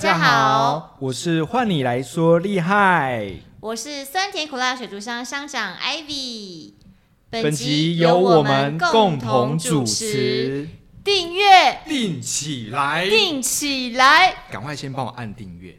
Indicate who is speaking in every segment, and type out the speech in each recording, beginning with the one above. Speaker 1: 家好，
Speaker 2: 我是换你来说厉害。
Speaker 1: 我是酸甜苦辣水族箱箱长 Ivy。
Speaker 2: 本集由我们共同主，持，
Speaker 1: 订阅
Speaker 2: 定起来，
Speaker 1: 订起来。
Speaker 2: 赶快先帮我按订阅。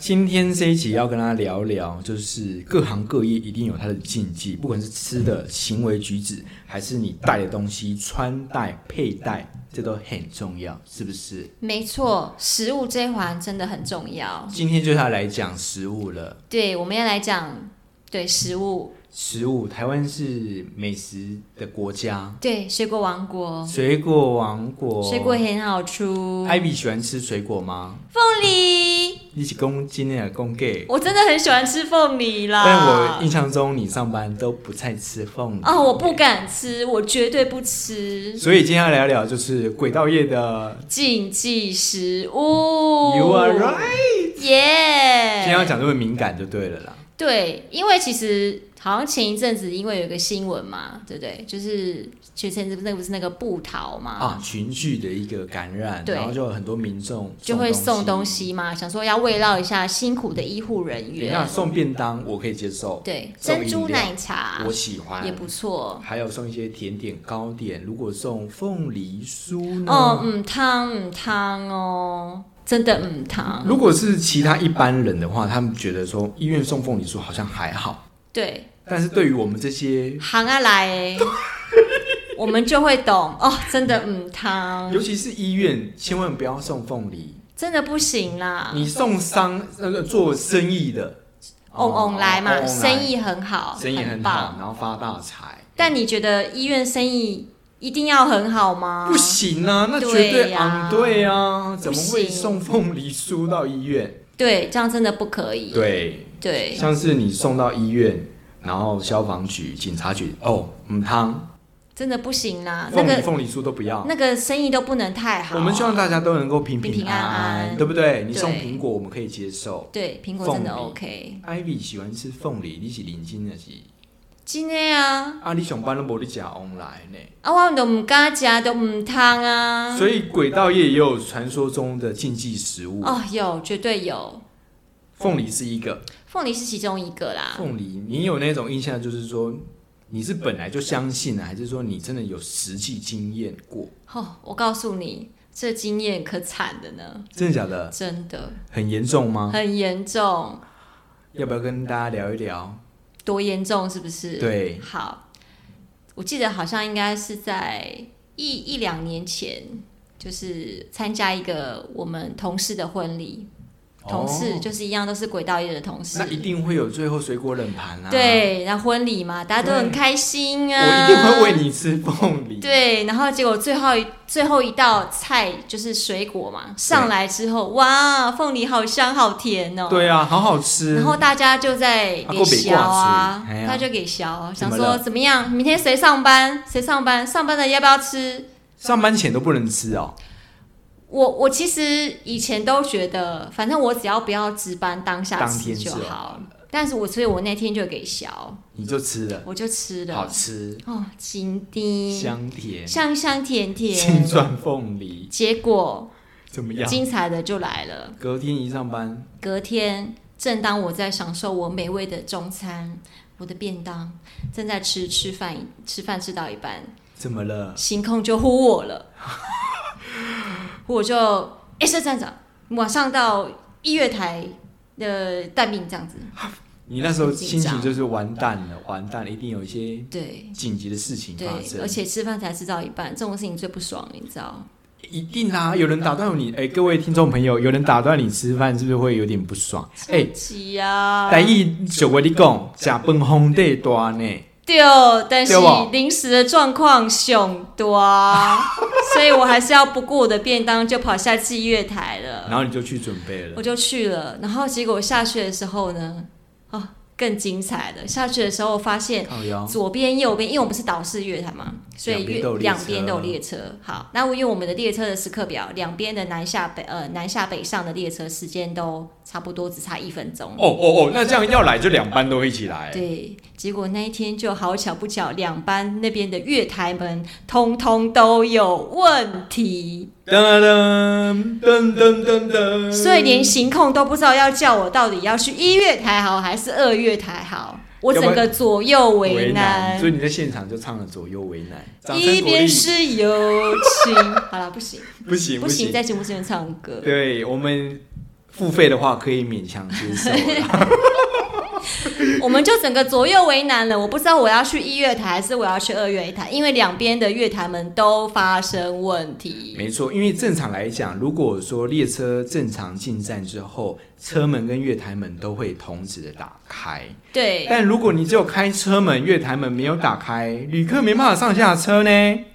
Speaker 2: 今天这一集要跟大家聊聊，就是各行各业一定有它的禁忌，不管是吃的、行为举止，还是你带的东西、穿戴、佩戴，这都很重要，是不是？
Speaker 1: 没错，食物这一环真的很重要。
Speaker 2: 今天就要来讲食物了。
Speaker 1: 对，我们要来讲对食物，
Speaker 2: 食物，台湾是美食的国家，
Speaker 1: 对水果王国，
Speaker 2: 水果王国。
Speaker 1: 水果很好吃，
Speaker 2: 艾比喜欢吃水果吗？
Speaker 1: 凤梨，
Speaker 2: 你是公今天的公给，
Speaker 1: 我真的很喜欢吃凤梨啦。
Speaker 2: 但我印象中你上班都不太吃凤梨
Speaker 1: 哦，我不。敢吃，我绝对不吃
Speaker 2: 所以今天要聊聊就是轨道业的
Speaker 1: 禁忌食物。哦
Speaker 2: You are right。
Speaker 1: 耶
Speaker 2: 今天要讲这么敏感就对了啦。
Speaker 1: 对，因为其实好像前一阵子因为有一个新闻嘛，对不对？就是前阵子那个不是那个布桃嘛，
Speaker 2: 啊，群聚的一个感染，
Speaker 1: 对
Speaker 2: 然后就有很多民众
Speaker 1: 就会送东。西嘛，想说要慰劳一下辛苦的医护人
Speaker 2: 等一下
Speaker 1: 员。
Speaker 2: 送便当我可以接受，
Speaker 1: 对，
Speaker 2: 送
Speaker 1: 珍珠
Speaker 2: 饮料
Speaker 1: 奶茶
Speaker 2: 我喜欢，
Speaker 1: 也不错。
Speaker 2: 还有送一些甜点、糕点。如果送凤梨酥呢？
Speaker 1: 哦，嗯汤嗯汤哦，真的嗯汤。
Speaker 2: 如果是其他一般人的话，他们觉得说医院送凤梨酥好像还好，
Speaker 1: 对，
Speaker 2: 但是对于我们这些，
Speaker 1: 行啊 来欸，我们就会懂哦，真的嗯汤
Speaker 2: 尤，其是医院，千万不要送凤梨。
Speaker 1: 真的不行啦。
Speaker 2: 你送商那个做生意的，
Speaker 1: 嗡嗡来
Speaker 2: 哦
Speaker 1: 嘛，
Speaker 2: 哦
Speaker 1: 生意很好，
Speaker 2: 生意很好，
Speaker 1: 棒。
Speaker 2: 然后发大财。
Speaker 1: 但你觉得医院生意一定要很好吗？
Speaker 2: 不，行啊，那绝
Speaker 1: 对
Speaker 2: 对
Speaker 1: 呀
Speaker 2: 昂对啊，怎么会
Speaker 1: 不行
Speaker 2: 送凤梨酥到医院？
Speaker 1: 对，这样真的不可以。
Speaker 2: 对，
Speaker 1: 对
Speaker 2: 像是你送到医院，然后消防局、警察局，哦，嗯汤，
Speaker 1: 真的不行啦，啊那
Speaker 2: 凤梨
Speaker 1: 个
Speaker 2: 凤梨酥都不要。
Speaker 1: 那个生意都不能太好。
Speaker 2: 我们希望大家都能够平
Speaker 1: 平平
Speaker 2: 安
Speaker 1: 安安
Speaker 2: 对不对？你
Speaker 1: 对
Speaker 2: 送苹果，我们可以接受。
Speaker 1: 对苹果真的
Speaker 2: 凤梨
Speaker 1: OK。
Speaker 2: Ivy 喜欢吃凤梨，你是零斤的是？
Speaker 1: 今天啊，
Speaker 2: 啊，你上班都无你食往来呢。
Speaker 1: 啊我都唔敢食，都唔汤啊。
Speaker 2: 所以轨道业也有传说中的禁忌食物，
Speaker 1: 哦，有绝对有，
Speaker 2: 凤梨是一个。
Speaker 1: 凤梨是其中一个啦。
Speaker 2: 凤梨，你有那种印象，就是说你是本来就相信啊，还是说你真的有实际经验过？
Speaker 1: 哦，我告诉你，这经验可惨的呢，
Speaker 2: 真的假的？
Speaker 1: 真的
Speaker 2: 很严重吗？
Speaker 1: 很严重，
Speaker 2: 要不要跟大家聊一聊？
Speaker 1: 多严重是不是？
Speaker 2: 对，
Speaker 1: 好，我记得好像应该是在一一两年前，就是参加一个我们同事的婚礼，同事、
Speaker 2: 哦
Speaker 1: 就是一样都是轨道业的同事
Speaker 2: 那，一定会有最后水果冷盘啦、，啊
Speaker 1: 对，然后婚礼嘛，大家都很开心啊，
Speaker 2: 我一定会为。你吃凤梨。
Speaker 1: 对，然后结果最后一最后一道菜就是水果嘛，上来之后，哇，凤梨好香好甜哦。
Speaker 2: 对啊，好好吃。
Speaker 1: 然后大家就在
Speaker 2: 啊
Speaker 1: 给削
Speaker 2: 还
Speaker 1: 啊
Speaker 2: 没挂嘴哎，呀
Speaker 1: 他就给削啊，
Speaker 2: 怎
Speaker 1: 想
Speaker 2: 么
Speaker 1: 说
Speaker 2: 了
Speaker 1: 怎么样，明天谁上班，谁上班，上班的要不要吃？
Speaker 2: 上班前都不能吃哦。
Speaker 1: 我我其实以前都觉得，反正我只要不要值班，当下
Speaker 2: 当
Speaker 1: 吃
Speaker 2: 天
Speaker 1: 就
Speaker 2: 吃哦
Speaker 1: 好。但是我所以，我那天就给削，
Speaker 2: 你就吃了，
Speaker 1: 我就吃
Speaker 2: 好
Speaker 1: 了，
Speaker 2: 吃，
Speaker 1: 哦，金丁，
Speaker 2: 香甜，
Speaker 1: 香香甜
Speaker 2: 青
Speaker 1: 甜。
Speaker 2: 蒜凤梨
Speaker 1: 结果
Speaker 2: 怎么样？
Speaker 1: 精彩的就来了，
Speaker 2: 隔天一上班，
Speaker 1: 隔天，正当我在享受我美味的中餐，我的便当，正在吃吃饭，吃饭吃到一半，
Speaker 2: 怎么了？
Speaker 1: 星空就呼我了，我就哎，社站长，马上到一月台的待命这样子。
Speaker 2: 你那时候
Speaker 1: 很紧
Speaker 2: 心
Speaker 1: 张
Speaker 2: 情就是完蛋了，完蛋了，一定有一些
Speaker 1: 对
Speaker 2: 紧急的事情
Speaker 1: 对
Speaker 2: 发，生，
Speaker 1: 而且吃饭才吃到一半，这种事情最不爽，你知道？
Speaker 2: 一定啊，有人打断你，哎、各位听众朋友，有人打断你吃饭，是不是会有点不爽？哎、
Speaker 1: 急啊！
Speaker 2: 台语小话你讲，假崩烘地大呢，
Speaker 1: 对哦，但是
Speaker 2: 对哦
Speaker 1: 临时的状况凶多，啊 所以我还是要不顾我的便当就跑下祭月台
Speaker 2: 然
Speaker 1: 了。
Speaker 2: 后你就去准备
Speaker 1: 我
Speaker 2: 了，
Speaker 1: 就去了，然后结果下去的时候呢，哦，更精彩了。下去的时候发现
Speaker 2: 靠腰，
Speaker 1: 左边右边，因为我们是岛式月台嘛，所以
Speaker 2: 两边都有列车
Speaker 1: 月两边都有列车。好，那因为我们的列车的时刻表，两边的南下北呃南下北上的列车时间都差不多，只差一分钟。
Speaker 2: 哦哦哦，那这样要来就两班都一起来，
Speaker 1: 对，结果那一天就好巧不巧，两班那边的月台门通通都有问题。
Speaker 2: 噔噔噔噔噔噔，
Speaker 1: 所以连行控都不知道要叫我到底要去一月台好还是二月台好，我整个左右为难
Speaker 2: 所，以你在现场就唱了左右为难，掌声
Speaker 1: 一
Speaker 2: 鼓励
Speaker 1: 边，是友情，好了，不行
Speaker 2: 不 行
Speaker 1: 不
Speaker 2: 行
Speaker 1: 行，，在节目之前唱歌，
Speaker 2: 对我们付费的话可以勉强接受啦，
Speaker 1: 我们就整个左右为难了。我不知道我要去一月台还是我要去二月台，因为两边的月台门都发生问题。
Speaker 2: 没错，因为正常来讲，如果说列车正常进站之后，车门跟月台门都会同时的打开，
Speaker 1: 对
Speaker 2: 但如果你只有开车门，月台门没有打开，旅客没办法上下车呢。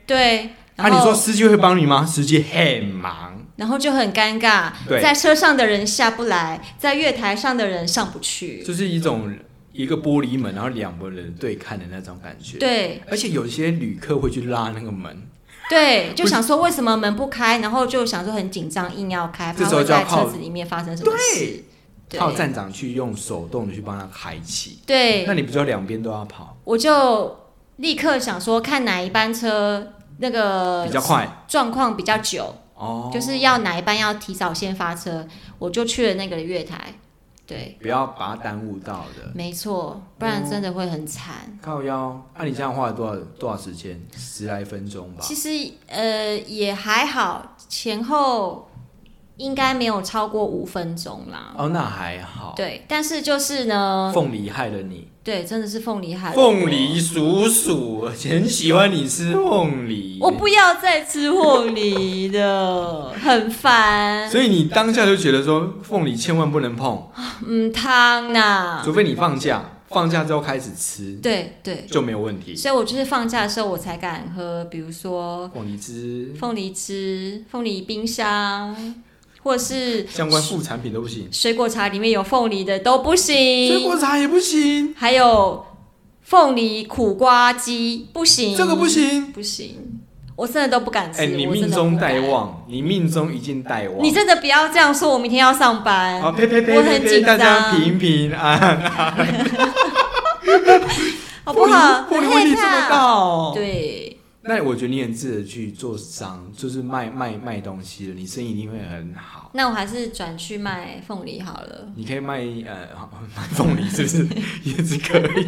Speaker 1: 对，
Speaker 2: 啊，
Speaker 1: 然
Speaker 2: 你
Speaker 1: 后
Speaker 2: 说司机会帮你吗？司机很忙，
Speaker 1: 然后就很尴尬，
Speaker 2: 对
Speaker 1: 在车上的人下不来，在月台上的人上不去。
Speaker 2: 就是一种一个玻璃门，然后两个人对看的那种感觉。，
Speaker 1: 对
Speaker 2: 而且有些旅客会去拉那个门，
Speaker 1: 对，就想说为什么门不开，然后就想说很紧张，硬要开，
Speaker 2: 这
Speaker 1: 怕
Speaker 2: 时候
Speaker 1: 会
Speaker 2: 就要
Speaker 1: 在
Speaker 2: 靠
Speaker 1: 车子里面发生什么事。对
Speaker 2: 靠站长去用手动的去帮他开启。那
Speaker 1: 对，
Speaker 2: 你不就两边都要跑，
Speaker 1: 我就立刻想说看哪一班车那个
Speaker 2: 比较快
Speaker 1: 状况比较久，
Speaker 2: 哦？
Speaker 1: 就是要哪一班要提早先发车，我就去了那个月台。对，
Speaker 2: 不要把它耽误到的。
Speaker 1: 没错，不然真的会很惨。
Speaker 2: 靠腰，啊那、你这样花了多少多少时间？十来分钟吧。
Speaker 1: 其实呃也还好，前后应该没有超过五分钟啦。
Speaker 2: 哦，那还好。
Speaker 1: 对，但是就是呢，
Speaker 2: 凤梨害了你，
Speaker 1: 对，真的是凤梨海。
Speaker 2: 凤梨叔叔很喜欢你吃凤梨，
Speaker 1: 我不要再吃凤梨 了，很烦。
Speaker 2: 所以你当下就觉得说凤梨千万不能碰，
Speaker 1: 嗯，汤呐、
Speaker 2: 除非你放假，放假之后开始吃
Speaker 1: 对对，
Speaker 2: 就没有问题。
Speaker 1: 所以我就是放假的时候我才敢喝，比如说
Speaker 2: 凤梨汁
Speaker 1: 凤梨汁、凤梨冰箱，或是
Speaker 2: 相关副产品都不行，
Speaker 1: 水果茶里面有凤梨的都不行。
Speaker 2: 水果茶也不行，
Speaker 1: 还有凤梨苦瓜鸡不行，
Speaker 2: 这个不，行。
Speaker 1: 不行，我真的都不敢吃。
Speaker 2: 哎，你
Speaker 1: 哎我真
Speaker 2: 命
Speaker 1: 的
Speaker 2: 中
Speaker 1: 不敢
Speaker 2: 带，望，你命中一定带望
Speaker 1: 你。真的不要这样说，我明天要上班。
Speaker 2: 好，呸呸呸
Speaker 1: 我
Speaker 2: 呸
Speaker 1: 很
Speaker 2: 呸！
Speaker 1: 紧
Speaker 2: 大
Speaker 1: 张，
Speaker 2: 家平平啊安安，
Speaker 1: 好不好？
Speaker 2: 凤梨
Speaker 1: 很
Speaker 2: 问题这
Speaker 1: 害
Speaker 2: 么
Speaker 1: 怕。
Speaker 2: 大哦。
Speaker 1: 对，
Speaker 2: 那我觉得你很值得去做商，就是卖卖卖东西了，你生意一定会很好。
Speaker 1: 那我还是转去卖凤梨好了。
Speaker 2: 你可以卖呃 好卖凤梨，是不是 也是可以？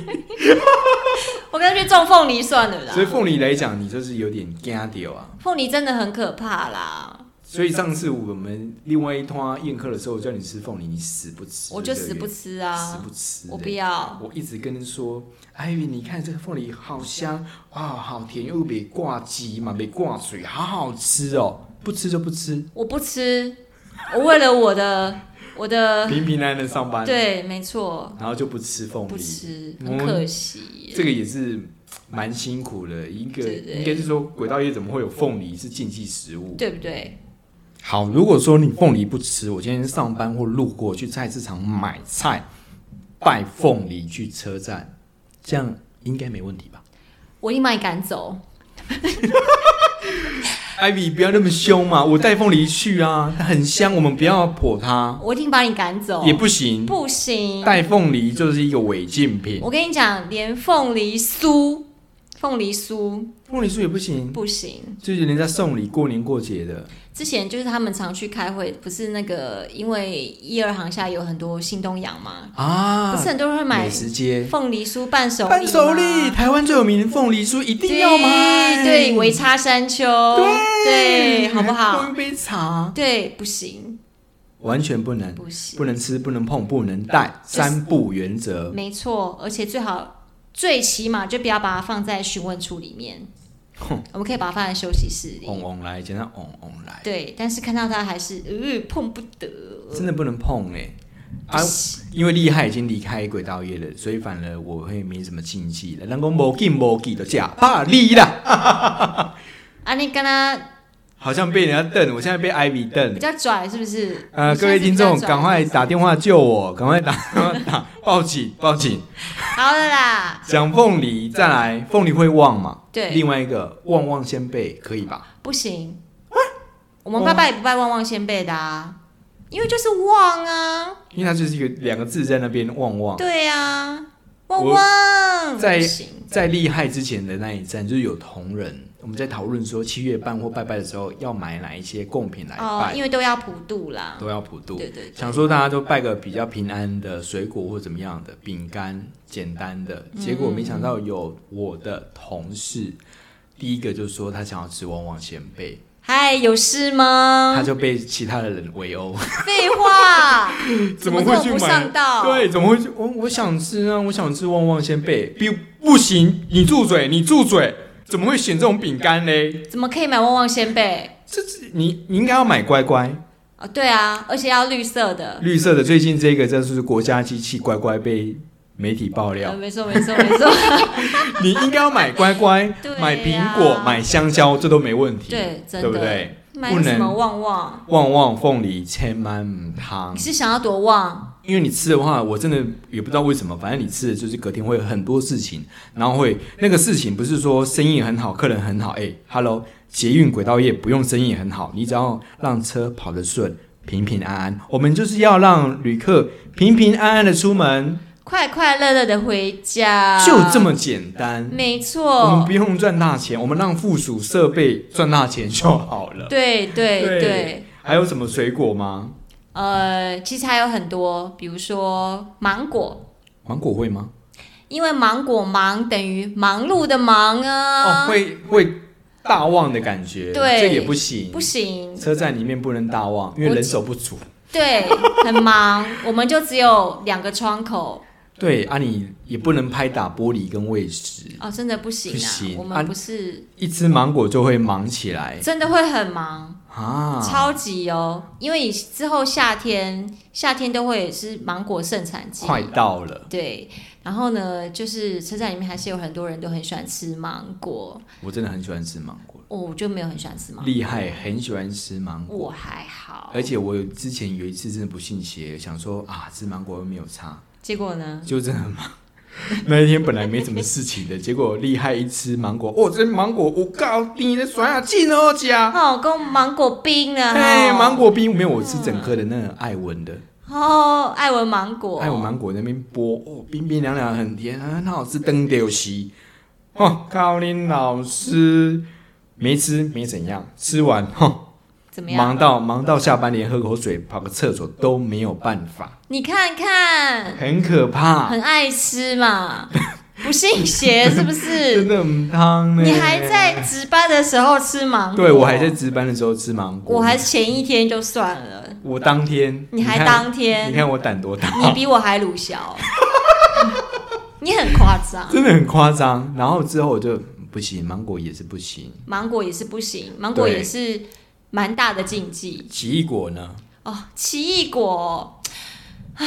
Speaker 1: 我干脆种凤梨算了
Speaker 2: 所以
Speaker 1: 啦。
Speaker 2: 凤梨来讲，你就是有点惊掉啊。
Speaker 1: 凤梨真的很可怕啦，
Speaker 2: 所以上次我们另外一趟宴客的时候，我叫你吃凤梨，你死不吃，
Speaker 1: 我就死不
Speaker 2: 吃
Speaker 1: 吃
Speaker 2: 死
Speaker 1: 啊，
Speaker 2: 不吃、
Speaker 1: 我不。要。
Speaker 2: 我一直跟你说，艾云，你看这个凤梨好香，哇，好甜，又没挂鸡嘛，没挂水，好好吃哦。不吃就不吃，
Speaker 1: 我不吃，我为了我的我的，
Speaker 2: 平平安安的上班，，
Speaker 1: 呃对，没错，
Speaker 2: 然后就不吃凤
Speaker 1: 不
Speaker 2: 梨，
Speaker 1: 吃，
Speaker 2: 我
Speaker 1: 很
Speaker 2: 们
Speaker 1: 可惜。
Speaker 2: 这个也是蛮辛苦的。一个
Speaker 1: 对对
Speaker 2: 应该是说，轨道业怎么会有凤梨是禁忌食物？
Speaker 1: 对不对？
Speaker 2: 好，如果说你凤梨不吃，我今天上班或路过去菜市场买菜，带凤梨去车站，这样应该没问题吧？
Speaker 1: 我立马赶走。
Speaker 2: 艾比，不要那么凶嘛！我带凤梨去啊，它很香，我们不要泼它，
Speaker 1: 我一定把你赶走，
Speaker 2: 也不行。
Speaker 1: 不行。
Speaker 2: 带凤梨就是一个违禁品，
Speaker 1: 我跟你讲，连凤梨酥，凤梨酥
Speaker 2: 凤梨酥也不行，
Speaker 1: 不行。
Speaker 2: 就是人家送礼过年过节的，
Speaker 1: 之前就是他们常去开会，不是那个，因为一二行下有很多新东阳嘛，
Speaker 2: 啊，
Speaker 1: 不是很多人会买
Speaker 2: 美食街
Speaker 1: 凤梨酥伴手
Speaker 2: 伴手礼，
Speaker 1: 吗
Speaker 2: 台湾最有名的凤梨酥一定
Speaker 1: 对
Speaker 2: 要买，
Speaker 1: 对，围插山丘，对好不
Speaker 2: 还
Speaker 1: 好？
Speaker 2: 喝一杯茶，
Speaker 1: 对，不行，
Speaker 2: 完全不能，
Speaker 1: 不行，
Speaker 2: 不能吃，不能碰，不能带，
Speaker 1: 就是
Speaker 2: 三不原则。
Speaker 1: 没错，而且最好最起码就不要把它放在询问处里面，我们可以把它放在休息室里。
Speaker 2: 嗡嗡来，简单嗡嗡来，
Speaker 1: 对，但是看到它还是呃碰不得。
Speaker 2: 真的不能碰哎、啊
Speaker 1: 不，行
Speaker 2: 因为厉害已经离开轨道业了，所以反而我会没什么禁忌了。人讲无禁无忌的假怕你啦，
Speaker 1: 啊，你跟他
Speaker 2: 好像被人家瞪，我现在被艾米瞪
Speaker 1: 比。较拽是不是？
Speaker 2: 呃，
Speaker 1: 你下
Speaker 2: 各位
Speaker 1: 次比
Speaker 2: 听
Speaker 1: 较
Speaker 2: 众，
Speaker 1: 拽
Speaker 2: 赶快打电话救我，赶快打打报警报警！
Speaker 1: 好了啦，
Speaker 2: 讲凤梨，再来凤梨会旺嘛？
Speaker 1: 对，
Speaker 2: 另外一个旺旺仙贝可以吧？
Speaker 1: 不行，我们拜拜也不拜旺旺先辈的啊，因为就是旺啊，
Speaker 2: 因为它就是一个两个字在那边旺旺。
Speaker 1: 对啊，汪汪，
Speaker 2: Oh 在
Speaker 1: 不行，
Speaker 2: 在厉害之前的那一站，就是有同仁我们在讨论说七月半或拜拜的时候要买哪一些贡品来
Speaker 1: 哦，
Speaker 2: 拜，
Speaker 1: 因为都要普渡啦，
Speaker 2: 都要普渡。
Speaker 1: 对对对，
Speaker 2: 想说大家都拜个比较平安的水果或怎么样的饼干，简单的。
Speaker 1: 嗯
Speaker 2: 结果没想到有我的同事，第一个就说他想要吃旺旺仙贝，
Speaker 1: 嗨，有事
Speaker 2: 他
Speaker 1: 吗？
Speaker 2: 就被其他的人围殴，
Speaker 1: 废话，
Speaker 2: 怎
Speaker 1: 么
Speaker 2: 么
Speaker 1: 这
Speaker 2: 会
Speaker 1: 么
Speaker 2: 去
Speaker 1: 不
Speaker 2: 买
Speaker 1: 上？道？，
Speaker 2: 对，怎么会去？我我想吃啊，我想吃旺旺仙贝，不不行，你住嘴，你住嘴，怎么会选这种饼干嘞？
Speaker 1: 怎么可以买旺旺仙贝？
Speaker 2: 这你你应该要买乖乖，
Speaker 1: 哦，对啊，而且要绿色的。
Speaker 2: 绿色的。最近这个就是国家机器乖乖被媒体爆料
Speaker 1: 呃，，没错，没错，没 错。
Speaker 2: 你应该要买乖乖
Speaker 1: 对，呀
Speaker 2: 买苹果，买香蕉，这都没问题，
Speaker 1: 对，真
Speaker 2: 对
Speaker 1: 的。
Speaker 2: 不对？
Speaker 1: 买
Speaker 2: 不
Speaker 1: 什么
Speaker 2: 能
Speaker 1: 旺旺？
Speaker 2: 旺旺凤梨千万唔汤
Speaker 1: 你，是想要多旺？
Speaker 2: 因为你吃的话，我真的也不知道为什么，反正你吃的就是隔天会有很多事情，然后会那个事情不是说生意很好，客人很好，哎，hello，捷运轨道业不用生意很好，你只要让车跑得顺，平平安安，我们就是要让旅客平平安安的出门，
Speaker 1: 快快乐乐的回家。
Speaker 2: 就这。么简单。
Speaker 1: 啊没
Speaker 2: 我们
Speaker 1: 错
Speaker 2: 不。用赚大钱，我们让附属设备赚大钱就好 了。
Speaker 1: 对对
Speaker 2: 对
Speaker 1: 对。
Speaker 2: 还有什么水果吗？
Speaker 1: 呃，其实还有很多，比如说芒果，
Speaker 2: 芒果会吗？
Speaker 1: 因为芒果忙等于忙碌的忙啊。
Speaker 2: 哦，会会大旺的感觉，
Speaker 1: 对
Speaker 2: 这也不行。
Speaker 1: 不行，
Speaker 2: 车站里面不能大旺，因为
Speaker 1: 我
Speaker 2: 人手不足。
Speaker 1: 对，很忙，我们就只有两个窗口
Speaker 2: 对啊，你也不能拍打玻璃跟喂食，
Speaker 1: 哦，真的不行啊，
Speaker 2: 不行
Speaker 1: 我
Speaker 2: 啊
Speaker 1: 们不是、
Speaker 2: 一吃芒果就会忙起来
Speaker 1: 真的会很忙，
Speaker 2: 啊。
Speaker 1: 超级哦，因为你之后夏天夏天都会是芒果盛产季，
Speaker 2: 快到了，
Speaker 1: 对，然后呢，就是车站里面还是有很多人都很喜欢吃芒果，
Speaker 2: 我真的很喜欢吃芒果，
Speaker 1: 哦，我就没有很喜欢吃芒果，
Speaker 2: 厉害，很喜欢吃芒果。哎
Speaker 1: 我还好，
Speaker 2: 而且我有之前有一次真的不信邪，想说啊，吃芒果又没有差，
Speaker 1: 结果呢，
Speaker 2: 就真的很忙。 那一天本来没什么事情的，结果厉害一吃芒果，哦，这芒果我靠，你的酸啊，劲哦家，
Speaker 1: 哦，跟芒果冰呢，
Speaker 2: 哎，
Speaker 1: 哦
Speaker 2: 芒果冰没有，我吃整颗的那个艾文的，
Speaker 1: 哦，爱文芒果，
Speaker 2: 艾文芒果那边剥，哦，冰冰凉凉，很甜，很好吃，登丢西，哦，高林老师没吃没怎样，吃完，哼，
Speaker 1: 怎么样？
Speaker 2: 忙到忙到下班连喝口水、跑个厕所都没有办法，
Speaker 1: 你看看，
Speaker 2: 很可怕，
Speaker 1: 很爱 吃嘛，不信邪是不
Speaker 2: 真
Speaker 1: 是？
Speaker 2: 的很汤呢。
Speaker 1: 你还在值班的时候吃芒果？
Speaker 2: 对我还在，值班的时候吃芒果，
Speaker 1: 我还前一天就算了，
Speaker 2: 我当天，
Speaker 1: 你还
Speaker 2: 看
Speaker 1: 当天
Speaker 2: 你看我胆多大，
Speaker 1: 你比我还鲁小， 你很夸张。
Speaker 2: 真的很夸张。然后之后我就嗯不行，芒果也是不行，
Speaker 1: 芒果也是不行，芒果
Speaker 2: 对
Speaker 1: 也是蛮大的禁忌
Speaker 2: 奇异果呢？
Speaker 1: 哦。奇异果，啊，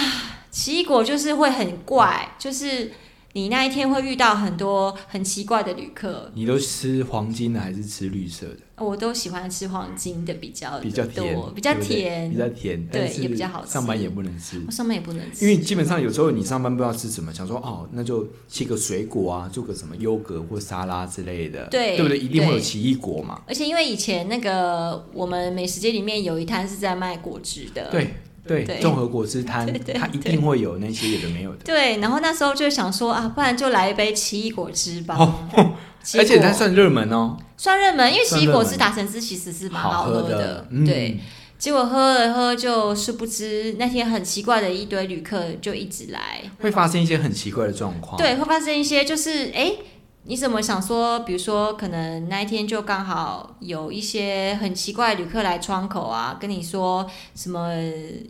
Speaker 1: 奇异果就是会很怪，就是你那一天会遇到很多很奇怪的旅客。
Speaker 2: 你都吃黄金的还是吃绿色的？
Speaker 1: 我都喜欢吃黄金的比较
Speaker 2: 比较甜
Speaker 1: 呃多，，比较
Speaker 2: 对不对
Speaker 1: 甜，
Speaker 2: 比较甜，
Speaker 1: 对
Speaker 2: 但是
Speaker 1: 也比较好吃哦
Speaker 2: 上班也不能吃
Speaker 1: 我。上面也不能吃，
Speaker 2: 嗯因为基本上有时候你上班不知道吃什么，想说哦，那就切个水果啊，做个什么优格或沙拉之类的，
Speaker 1: 对
Speaker 2: 对不对？一定会有
Speaker 1: 对
Speaker 2: 奇异果嘛，
Speaker 1: 而且因为以前那个我们美食街里面有一摊是在卖果汁的，
Speaker 2: 对对，
Speaker 1: 对
Speaker 2: 综合果汁摊，它一定会有那些有的没有的。
Speaker 1: 对然后那时候就想说啊，不然就来一杯奇异果汁吧。结
Speaker 2: 哦而且
Speaker 1: 果
Speaker 2: 它算热门哦，
Speaker 1: 算热门，因为奇异果
Speaker 2: 算热
Speaker 1: 汁
Speaker 2: 门
Speaker 1: 打成汁其实是蛮
Speaker 2: 好
Speaker 1: 喝
Speaker 2: 的，嗯
Speaker 1: 对。，结果喝了喝，就殊不知那天很奇怪的一堆旅客就一直来，
Speaker 2: 会发生一些很奇怪的状况。，
Speaker 1: 对，会发生一些就是哎。诶你怎么想说？比如说，可能那一天就刚好有一些很奇怪的旅客来窗口啊，跟你说什么？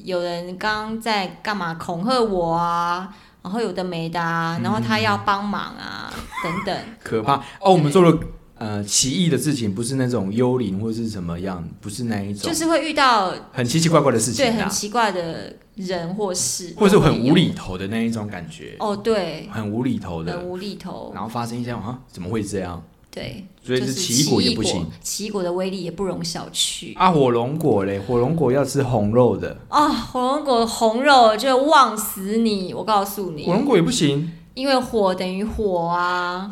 Speaker 1: 有人刚在干嘛恐吓我啊，然后有的没的
Speaker 2: 嗯
Speaker 1: 啊，然后他要帮忙啊，等 等。
Speaker 2: 可怕哦！我们做了呃奇异的事情，不是那种幽灵或是什么样，不是那一种
Speaker 1: 就，是会遇到
Speaker 2: 很奇奇怪怪的事
Speaker 1: 对
Speaker 2: 情
Speaker 1: 很
Speaker 2: 啊，
Speaker 1: 奇怪的人或事，
Speaker 2: 或是很无。厘头的那一种感觉，
Speaker 1: 哦，对，
Speaker 2: 很无厘头
Speaker 1: 很
Speaker 2: 的，
Speaker 1: 无厘头。
Speaker 2: 然后发生一些啊，怎么会这样？
Speaker 1: 对，
Speaker 2: 所以
Speaker 1: 就是是
Speaker 2: 奇异果也不行，
Speaker 1: 奇异果的威力也不容小觑。
Speaker 2: 啊！火龙果嘞，火龙果要吃红肉的，
Speaker 1: 啊、火龙果红肉就旺死你！我告诉你
Speaker 2: 火，龙果也不行，
Speaker 1: 因为火等于火啊。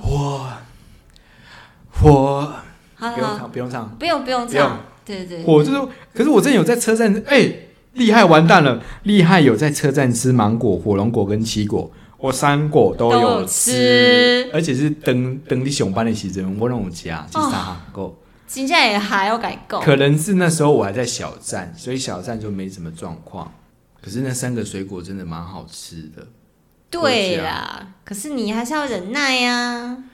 Speaker 2: 火
Speaker 1: 好
Speaker 2: 不用
Speaker 1: 好，
Speaker 2: 唱，不用唱。
Speaker 1: 不用不用
Speaker 2: 不
Speaker 1: 这样，对啊对
Speaker 2: 我就是，可是我真的有在车站，哎、厉害完蛋了，厉害有在车站吃芒果、火龙果跟奇果，我三果都有
Speaker 1: 都有吃
Speaker 2: 而且是等等你上班的时阵，我拢有吃，去
Speaker 1: 哦
Speaker 2: 三果。
Speaker 1: 真正也还要改购，
Speaker 2: 可能是那时候我还在小站，所以小站就没什么状况。可是那三个水果真的蛮好吃的，
Speaker 1: 对啦。可
Speaker 2: 啊
Speaker 1: 是你还是要忍耐呀、啊，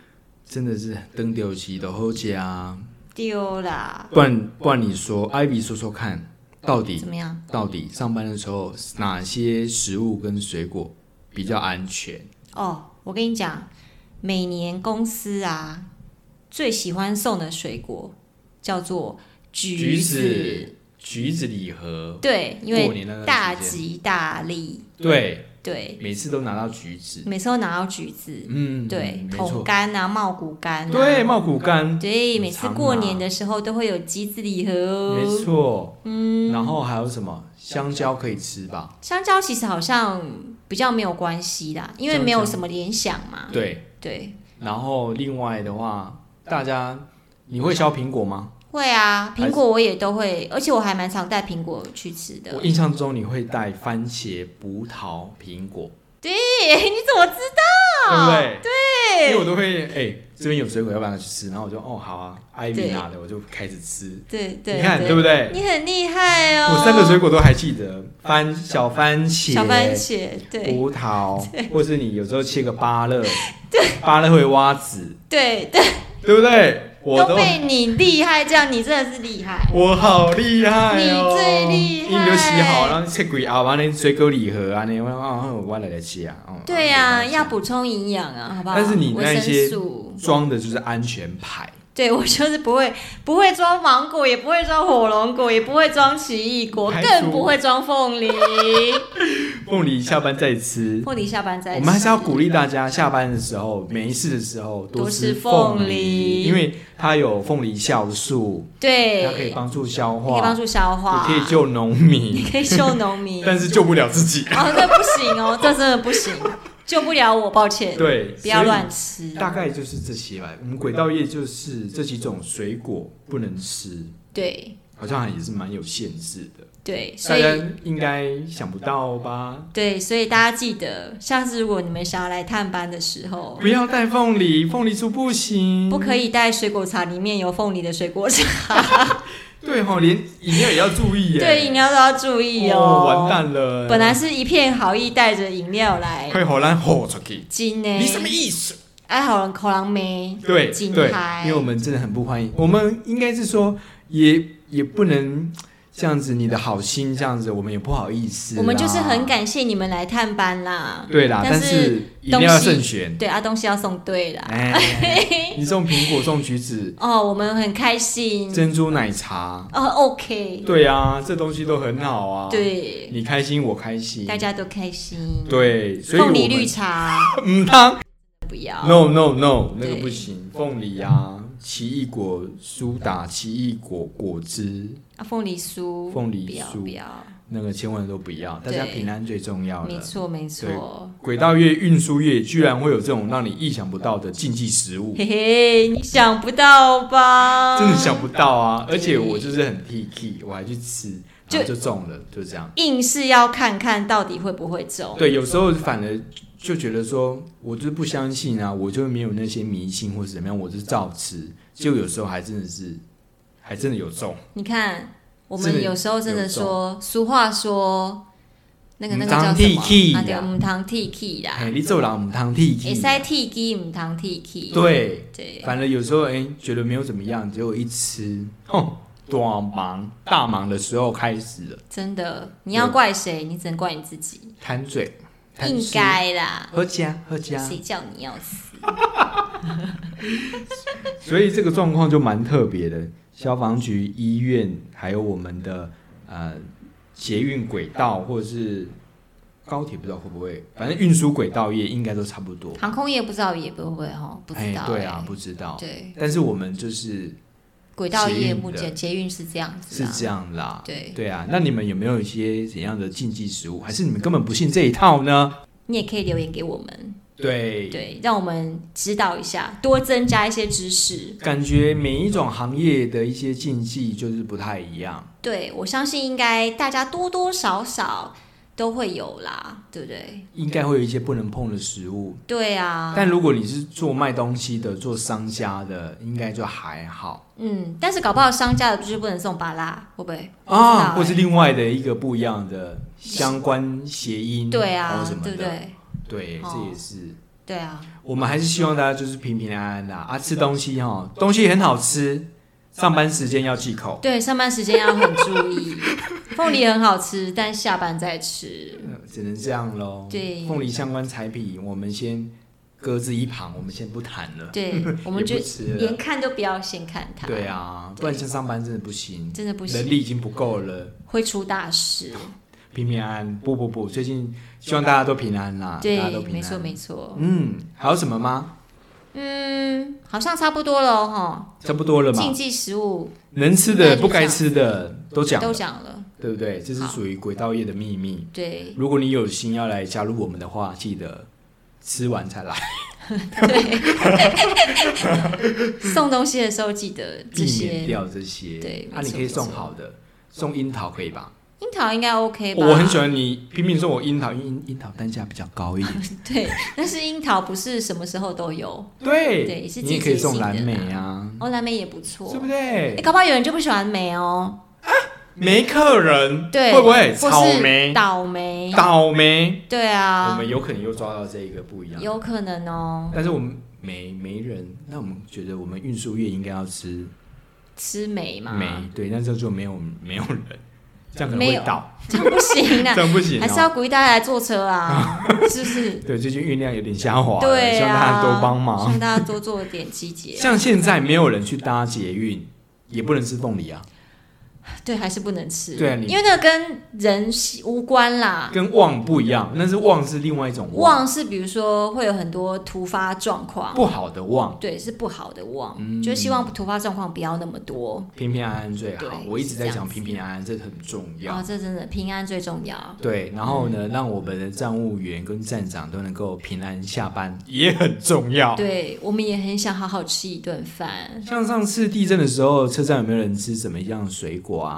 Speaker 2: 真的是登丢鸡都好吃啊！
Speaker 1: 丢啦，
Speaker 2: 不然不然你说，艾比说说看，到底
Speaker 1: 怎么样？
Speaker 2: 到底上班的时候哪些食物跟水果比较安全？
Speaker 1: 哦，我跟你讲，每年公司啊最喜欢送的水果叫做橘
Speaker 2: 子，橘子礼盒，
Speaker 1: 对，因
Speaker 2: 过
Speaker 1: 为
Speaker 2: 年那段
Speaker 1: 大
Speaker 2: 时间
Speaker 1: 吉大利，
Speaker 2: 对，
Speaker 1: 对，
Speaker 2: 每次都拿到橘子，
Speaker 1: 每次都拿到橘子，
Speaker 2: 嗯，
Speaker 1: 对
Speaker 2: 嗯，没
Speaker 1: 桶
Speaker 2: 错，
Speaker 1: 柑啊，茂谷柑、啊，
Speaker 2: 对，茂谷柑，
Speaker 1: 对，
Speaker 2: 很
Speaker 1: 每次
Speaker 2: 常
Speaker 1: 过
Speaker 2: 拿
Speaker 1: 年的时候都会有橘子礼盒
Speaker 2: 没
Speaker 1: 哦。
Speaker 2: 错，嗯，然后还有什么香蕉可以吃吧？
Speaker 1: 香蕉其实好像比较没有关系啦，因为没有什么联想嘛。
Speaker 2: 对，
Speaker 1: 对，
Speaker 2: 然后另外的话，大家你会削苹果吗？
Speaker 1: 会啊，
Speaker 2: 还
Speaker 1: 苹
Speaker 2: 是
Speaker 1: 果我也都会，而且我还蛮常带苹果去吃的
Speaker 2: 我。印象中你会带番茄、葡萄、苹果，
Speaker 1: 对， 你怎么知
Speaker 2: 对不
Speaker 1: 道？
Speaker 2: 对？因为我都会哎、这边有水果，要不要拿去吃？然后我就哦，好啊，艾
Speaker 1: 对
Speaker 2: 米拿的，我就开始吃。
Speaker 1: 对对
Speaker 2: 你看对不对？
Speaker 1: 你很厉害哦。
Speaker 2: 我三个水果都还记得，番小番茄、
Speaker 1: 小番茄， 对
Speaker 2: 葡萄，或是你有时候切个芭 乐，芭乐会挖籽，
Speaker 1: 对对，
Speaker 2: 对不对？我
Speaker 1: 都被你厉害，这样你真的是厉害。
Speaker 2: 我好厉害哦！
Speaker 1: 你最厉害
Speaker 2: 你就洗好，然后切啊几盒，完了水果礼盒啊，你我啊，我来来吃啊。哦
Speaker 1: 对呀、
Speaker 2: 我来吃
Speaker 1: 要补充营养啊，好不好？
Speaker 2: 但是你
Speaker 1: 维
Speaker 2: 那一
Speaker 1: 生
Speaker 2: 些
Speaker 1: 素
Speaker 2: 装的就是安全牌，
Speaker 1: 对我就是不会，不会装芒果，也不会装火龙果，也不会装奇异果，
Speaker 2: 排除
Speaker 1: 更不会装凤梨。
Speaker 2: 凤梨下班再吃。
Speaker 1: 凤梨下班再吃
Speaker 2: 我们还是要鼓励大家，下班的时候没事的时候
Speaker 1: 多吃
Speaker 2: 吃
Speaker 1: 凤
Speaker 2: 凤
Speaker 1: 梨
Speaker 2: 因为它有凤梨酵素，它可以
Speaker 1: 对，
Speaker 2: 帮助消
Speaker 1: 你可以帮
Speaker 2: 化，
Speaker 1: 助消化，
Speaker 2: 也可以救农民
Speaker 1: 你， 可以救农民。
Speaker 2: 但是救不了自己。
Speaker 1: 哦，这不行哦，这真的不行，救不了我，抱歉。
Speaker 2: 对，
Speaker 1: 不要
Speaker 2: 所以
Speaker 1: 乱吃。
Speaker 2: 大概就是这些吧。我们轨道业就是这几种水果不能吃，
Speaker 1: 对
Speaker 2: 好像也是蛮有限制的。
Speaker 1: 对，所
Speaker 2: 大
Speaker 1: 以
Speaker 2: 家应该想不到吧？
Speaker 1: 对，所以大家记得，下次如果你们想要来探班的时候，
Speaker 2: 不要带凤梨，凤梨酥不行。
Speaker 1: 不可以带水果茶，里面有凤梨的水果茶。
Speaker 2: 对哈、连饮料也要注意耶。
Speaker 1: 对，饮料都要注意哦。
Speaker 2: 完蛋了。
Speaker 1: 本来是一片好意，带着饮料来，
Speaker 2: 会荷兰吼出去，
Speaker 1: 金呢？
Speaker 2: 你什么意思？
Speaker 1: 哎，好人口狼没
Speaker 2: 对
Speaker 1: 金
Speaker 2: 对，因
Speaker 1: 牌
Speaker 2: 为，我们真的很不欢迎。我们应该是说，也也不能这样子，你的好心这样子，我们也不好意思啦。
Speaker 1: 我们就是很感谢你们来探班啦。
Speaker 2: 啊对啦，
Speaker 1: 但
Speaker 2: 但
Speaker 1: 是
Speaker 2: 是饮料要慎选。
Speaker 1: 对啊，东西要送对啦。
Speaker 2: 哎，你送苹果，送橘子，
Speaker 1: 哦，我们很开心。
Speaker 2: 珍珠奶茶，
Speaker 1: 哦，OK，
Speaker 2: 对啊，这东西都很好啊。，
Speaker 1: 对，
Speaker 2: 你开心，我开心
Speaker 1: 大。家都开心。，
Speaker 2: 对，所以我
Speaker 1: 凤梨
Speaker 2: 们
Speaker 1: 绿茶
Speaker 2: 嗯，汤
Speaker 1: 不要。
Speaker 2: no no no，那个
Speaker 1: 对
Speaker 2: 不行，凤梨啊，奇异果苏打、奇异果果汁，
Speaker 1: 啊凤梨酥，
Speaker 2: 凤梨
Speaker 1: 不要
Speaker 2: 酥
Speaker 1: 不要，
Speaker 2: 那个千万都不要，大家
Speaker 1: 对
Speaker 2: 平安最重要
Speaker 1: 没
Speaker 2: 了。
Speaker 1: 错没错。
Speaker 2: 轨道业、运输业居然会有这种让你意想不到的禁忌食物，
Speaker 1: 嘿嘿，你想不到吧？
Speaker 2: 真的想不到啊！而且
Speaker 1: 对
Speaker 2: 我就是很 picky，我还去吃，
Speaker 1: 就
Speaker 2: 然后就中了，就这样。
Speaker 1: 硬是要看看到底会不会中。
Speaker 2: 对，有时候反而就觉得说，我就是不相信啊，我就没有那些迷信或是怎么样，我就是照吃。就有时候还真的是，还真的有中。
Speaker 1: 你看，我
Speaker 2: 真
Speaker 1: 们
Speaker 2: 的
Speaker 1: 有时候真的说，俗话说，那个那个
Speaker 2: 唔
Speaker 1: 叫
Speaker 2: 通
Speaker 1: 什
Speaker 2: 剃剃
Speaker 1: 么？
Speaker 2: 呀
Speaker 1: 啊，对，唔通剃剃啦哎
Speaker 2: 哎，，你做狼母汤剃剃
Speaker 1: 会使，剃鸡，唔通剃剃。
Speaker 2: 对，
Speaker 1: 对
Speaker 2: 反正有时候哎、觉得没有怎么样，结果一吃，哼，大忙大忙的时候开始了，
Speaker 1: 真的，你要怪谁？你只能怪你自己，
Speaker 2: 贪嘴，贪
Speaker 1: 应
Speaker 2: 吃，
Speaker 1: 该啦。
Speaker 2: 喝家喝家，
Speaker 1: 谁叫你要死？
Speaker 2: 所以这个状况就蛮特别的。消防局、医院，还有我们的呃捷运轨道或者是高铁，不知道会不会，反正运输轨道业应该都差不多。
Speaker 1: 航空业不知道也不会哈，不知道。
Speaker 2: 对啊
Speaker 1: 哎，
Speaker 2: 不知道。
Speaker 1: 对，
Speaker 2: 但是我们就是
Speaker 1: 轨道
Speaker 2: 捷
Speaker 1: 业
Speaker 2: 运
Speaker 1: 目
Speaker 2: 的
Speaker 1: 前捷运是这样子
Speaker 2: 是
Speaker 1: 啊，
Speaker 2: 这样啦。
Speaker 1: 对
Speaker 2: 对啊，那你们有没有一些怎样的禁忌食物，还是你们根本不信这一套呢？
Speaker 1: 你也可以留言给我们，
Speaker 2: 对，
Speaker 1: 对，让我们指导一下，多增加一些知识。
Speaker 2: 感觉每一种行业的一些禁忌就是不太一样。
Speaker 1: 对，我相信应该大家多多少少都会有啦，对不对？
Speaker 2: 应该会有一些不能碰的食物。
Speaker 1: 对啊，
Speaker 2: 但如果你是做卖东西的、做商家的，应该就还好
Speaker 1: 嗯，但是搞不好商家的就是不能送巴拉，会不会？
Speaker 2: 啊，
Speaker 1: 我
Speaker 2: 或
Speaker 1: 不知
Speaker 2: 是
Speaker 1: 道欸
Speaker 2: 另外的一个不一样的相关谐音，
Speaker 1: 对
Speaker 2: 或
Speaker 1: 啊
Speaker 2: 什，么
Speaker 1: 对
Speaker 2: 的，
Speaker 1: 不对？
Speaker 2: 对
Speaker 1: 哦
Speaker 2: 这也是。
Speaker 1: 对啊，
Speaker 2: 我们还是希望大家就是平平安安的啊，吃东西哈，东西很好吃，上班时间要忌口。
Speaker 1: 对，上班时间要很注意。凤梨很好吃，但下班 再吃。
Speaker 2: 呃只能这样喽。
Speaker 1: 对
Speaker 2: 凤梨相关产品我们先搁置一旁，我们先不谈了，
Speaker 1: 对，我们就
Speaker 2: 也不吃了
Speaker 1: 连看都不要先看它，
Speaker 2: 对，啊，不然像上班真的不行，
Speaker 1: 真的不
Speaker 2: 能
Speaker 1: 行，
Speaker 2: 力已经不够了。
Speaker 1: 会出大事。
Speaker 2: 啊平平安安，不不不，最近希望大家都平安啦，
Speaker 1: 对
Speaker 2: 大家都，平安。
Speaker 1: 没错没错。
Speaker 2: 嗯，还有什么吗？
Speaker 1: 嗯，好像差不多了哦哈。
Speaker 2: 差不多了
Speaker 1: 禁
Speaker 2: 嘛，
Speaker 1: 忌食物
Speaker 2: 能吃
Speaker 1: 那
Speaker 2: 的
Speaker 1: 就
Speaker 2: 不该
Speaker 1: 这样
Speaker 2: 吃的都讲
Speaker 1: 都
Speaker 2: 了，
Speaker 1: 讲了，
Speaker 2: 对不对？这是
Speaker 1: 好
Speaker 2: 属于轨道业的秘密。
Speaker 1: 对
Speaker 2: 如果你有心要来加入我们的话，记得吃完才来，
Speaker 1: 对。送东西的时候记得这
Speaker 2: 避免
Speaker 1: 些。
Speaker 2: 掉这些。
Speaker 1: 对
Speaker 2: 啊，
Speaker 1: 没
Speaker 2: 你
Speaker 1: 错
Speaker 2: 可以
Speaker 1: 没错
Speaker 2: 送好的，送樱桃可以吧？
Speaker 1: 樱桃应该 OK 吧？
Speaker 2: 我很喜欢你拼命送我樱桃，因为樱樱桃单价比较高一点。
Speaker 1: 对，但是樱桃不是什么时候都有，
Speaker 2: 对，
Speaker 1: 对是
Speaker 2: 你也
Speaker 1: 季
Speaker 2: 可以
Speaker 1: 节
Speaker 2: 送
Speaker 1: 性的
Speaker 2: 蓝莓
Speaker 1: 啦
Speaker 2: 啊，
Speaker 1: 哦，蓝莓也不错，
Speaker 2: 对不
Speaker 1: 诶
Speaker 2: 对？
Speaker 1: 搞不好有人就不喜欢梅哦，
Speaker 2: 没客人，
Speaker 1: 对，
Speaker 2: 会不会
Speaker 1: 或
Speaker 2: 草
Speaker 1: 是
Speaker 2: 莓？
Speaker 1: 倒霉，
Speaker 2: 倒霉，
Speaker 1: 对
Speaker 2: 我
Speaker 1: 啊
Speaker 2: 们，有可能又抓到这一个不一样，
Speaker 1: 有可能哦，
Speaker 2: 但是我们没没人，那我们觉得我们运输业应该要吃
Speaker 1: 吃梅嘛，
Speaker 2: 梅，对，但这就没有没有人，这样可能
Speaker 1: 没
Speaker 2: 会
Speaker 1: 有
Speaker 2: 倒。
Speaker 1: 这样不行啊
Speaker 2: 这，样不行、哦，
Speaker 1: 还是要鼓励大家来坐 车啊，是不是？
Speaker 2: 对最近运量有点下滑了，
Speaker 1: 对
Speaker 2: 希望大家
Speaker 1: 啊，
Speaker 2: 多帮
Speaker 1: 希望
Speaker 2: 忙。
Speaker 1: 大家多做点季节，
Speaker 2: 像现在没有人去搭捷运，也不能吃凤梨啊，
Speaker 1: 对，还是不能吃，
Speaker 2: 对啊你
Speaker 1: 因为那个跟人喜无关啦。
Speaker 2: 跟旺不一样，那是旺是另外一种旺，
Speaker 1: 旺是比如说会有很多突发状况，
Speaker 2: 不好的旺，
Speaker 1: 对，是不好的旺，
Speaker 2: 嗯
Speaker 1: 就希望突发状况不要那么多。
Speaker 2: 平平安安最好。
Speaker 1: 对
Speaker 2: 我一直在
Speaker 1: 是这
Speaker 2: 讲
Speaker 1: 样子
Speaker 2: 平平安安，这很重
Speaker 1: 然
Speaker 2: 要。
Speaker 1: 后啊这真的平安最重要。
Speaker 2: 对，然后呢，让我们的站务员跟站长都能够平安下班，也很重要。
Speaker 1: 对，我们也很想好好吃一顿饭，
Speaker 2: 像上次地震的时候，车站有没有人吃什么样的水果啊？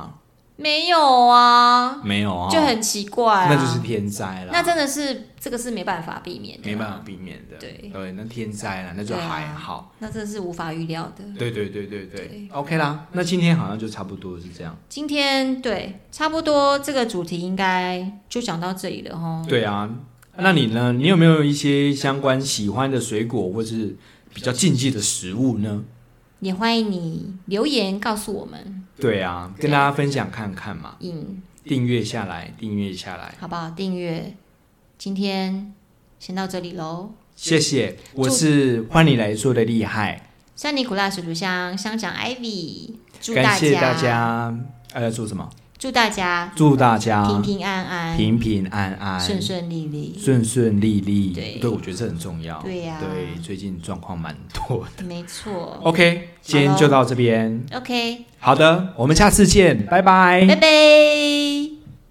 Speaker 1: 没有啊，
Speaker 2: 没有啊，
Speaker 1: 就很奇怪、啊。
Speaker 2: 那就是天灾了。
Speaker 1: 那真的是这个是没办法避免的，
Speaker 2: 没办法，避免的。
Speaker 1: 对
Speaker 2: 那天灾啦，那就
Speaker 1: 对啊
Speaker 2: 还好。
Speaker 1: 那真的是无法预料的。
Speaker 2: 对对对对对
Speaker 1: 对
Speaker 2: o k 啦。那今天好像就差不多是这样。
Speaker 1: 今天对，差不多这个主题应该就讲到这里了哦哈。
Speaker 2: 对啊，那你呢？你有没有一些相关喜欢的水果或是比较禁忌的食物呢？
Speaker 1: 也欢迎你留言告诉我们，
Speaker 2: 对啊，跟大家分享看看嘛，
Speaker 1: 嗯，
Speaker 2: 订阅下来，订阅下来，
Speaker 1: 好不好？订阅，今天先到这里喽。
Speaker 2: 谢谢。我是换你来说的厉害，
Speaker 1: 山尼古拉水族箱乡长 Ivy，祝
Speaker 2: 感
Speaker 1: 大
Speaker 2: 谢
Speaker 1: 家，
Speaker 2: 大家。呃，要做什么？
Speaker 1: 祝大家
Speaker 2: 祝大家
Speaker 1: 平平安安、
Speaker 2: 啊平平安安，
Speaker 1: 顺顺利利。
Speaker 2: 顺顺利利，
Speaker 1: 对
Speaker 2: 我觉得这很重要。
Speaker 1: 对呀
Speaker 2: 对，哦最近状况蛮多的。
Speaker 1: 没错
Speaker 2: OK，今天就到这边。
Speaker 1: ，OK，
Speaker 2: 好的，我们下次见，拜拜
Speaker 1: 拜拜。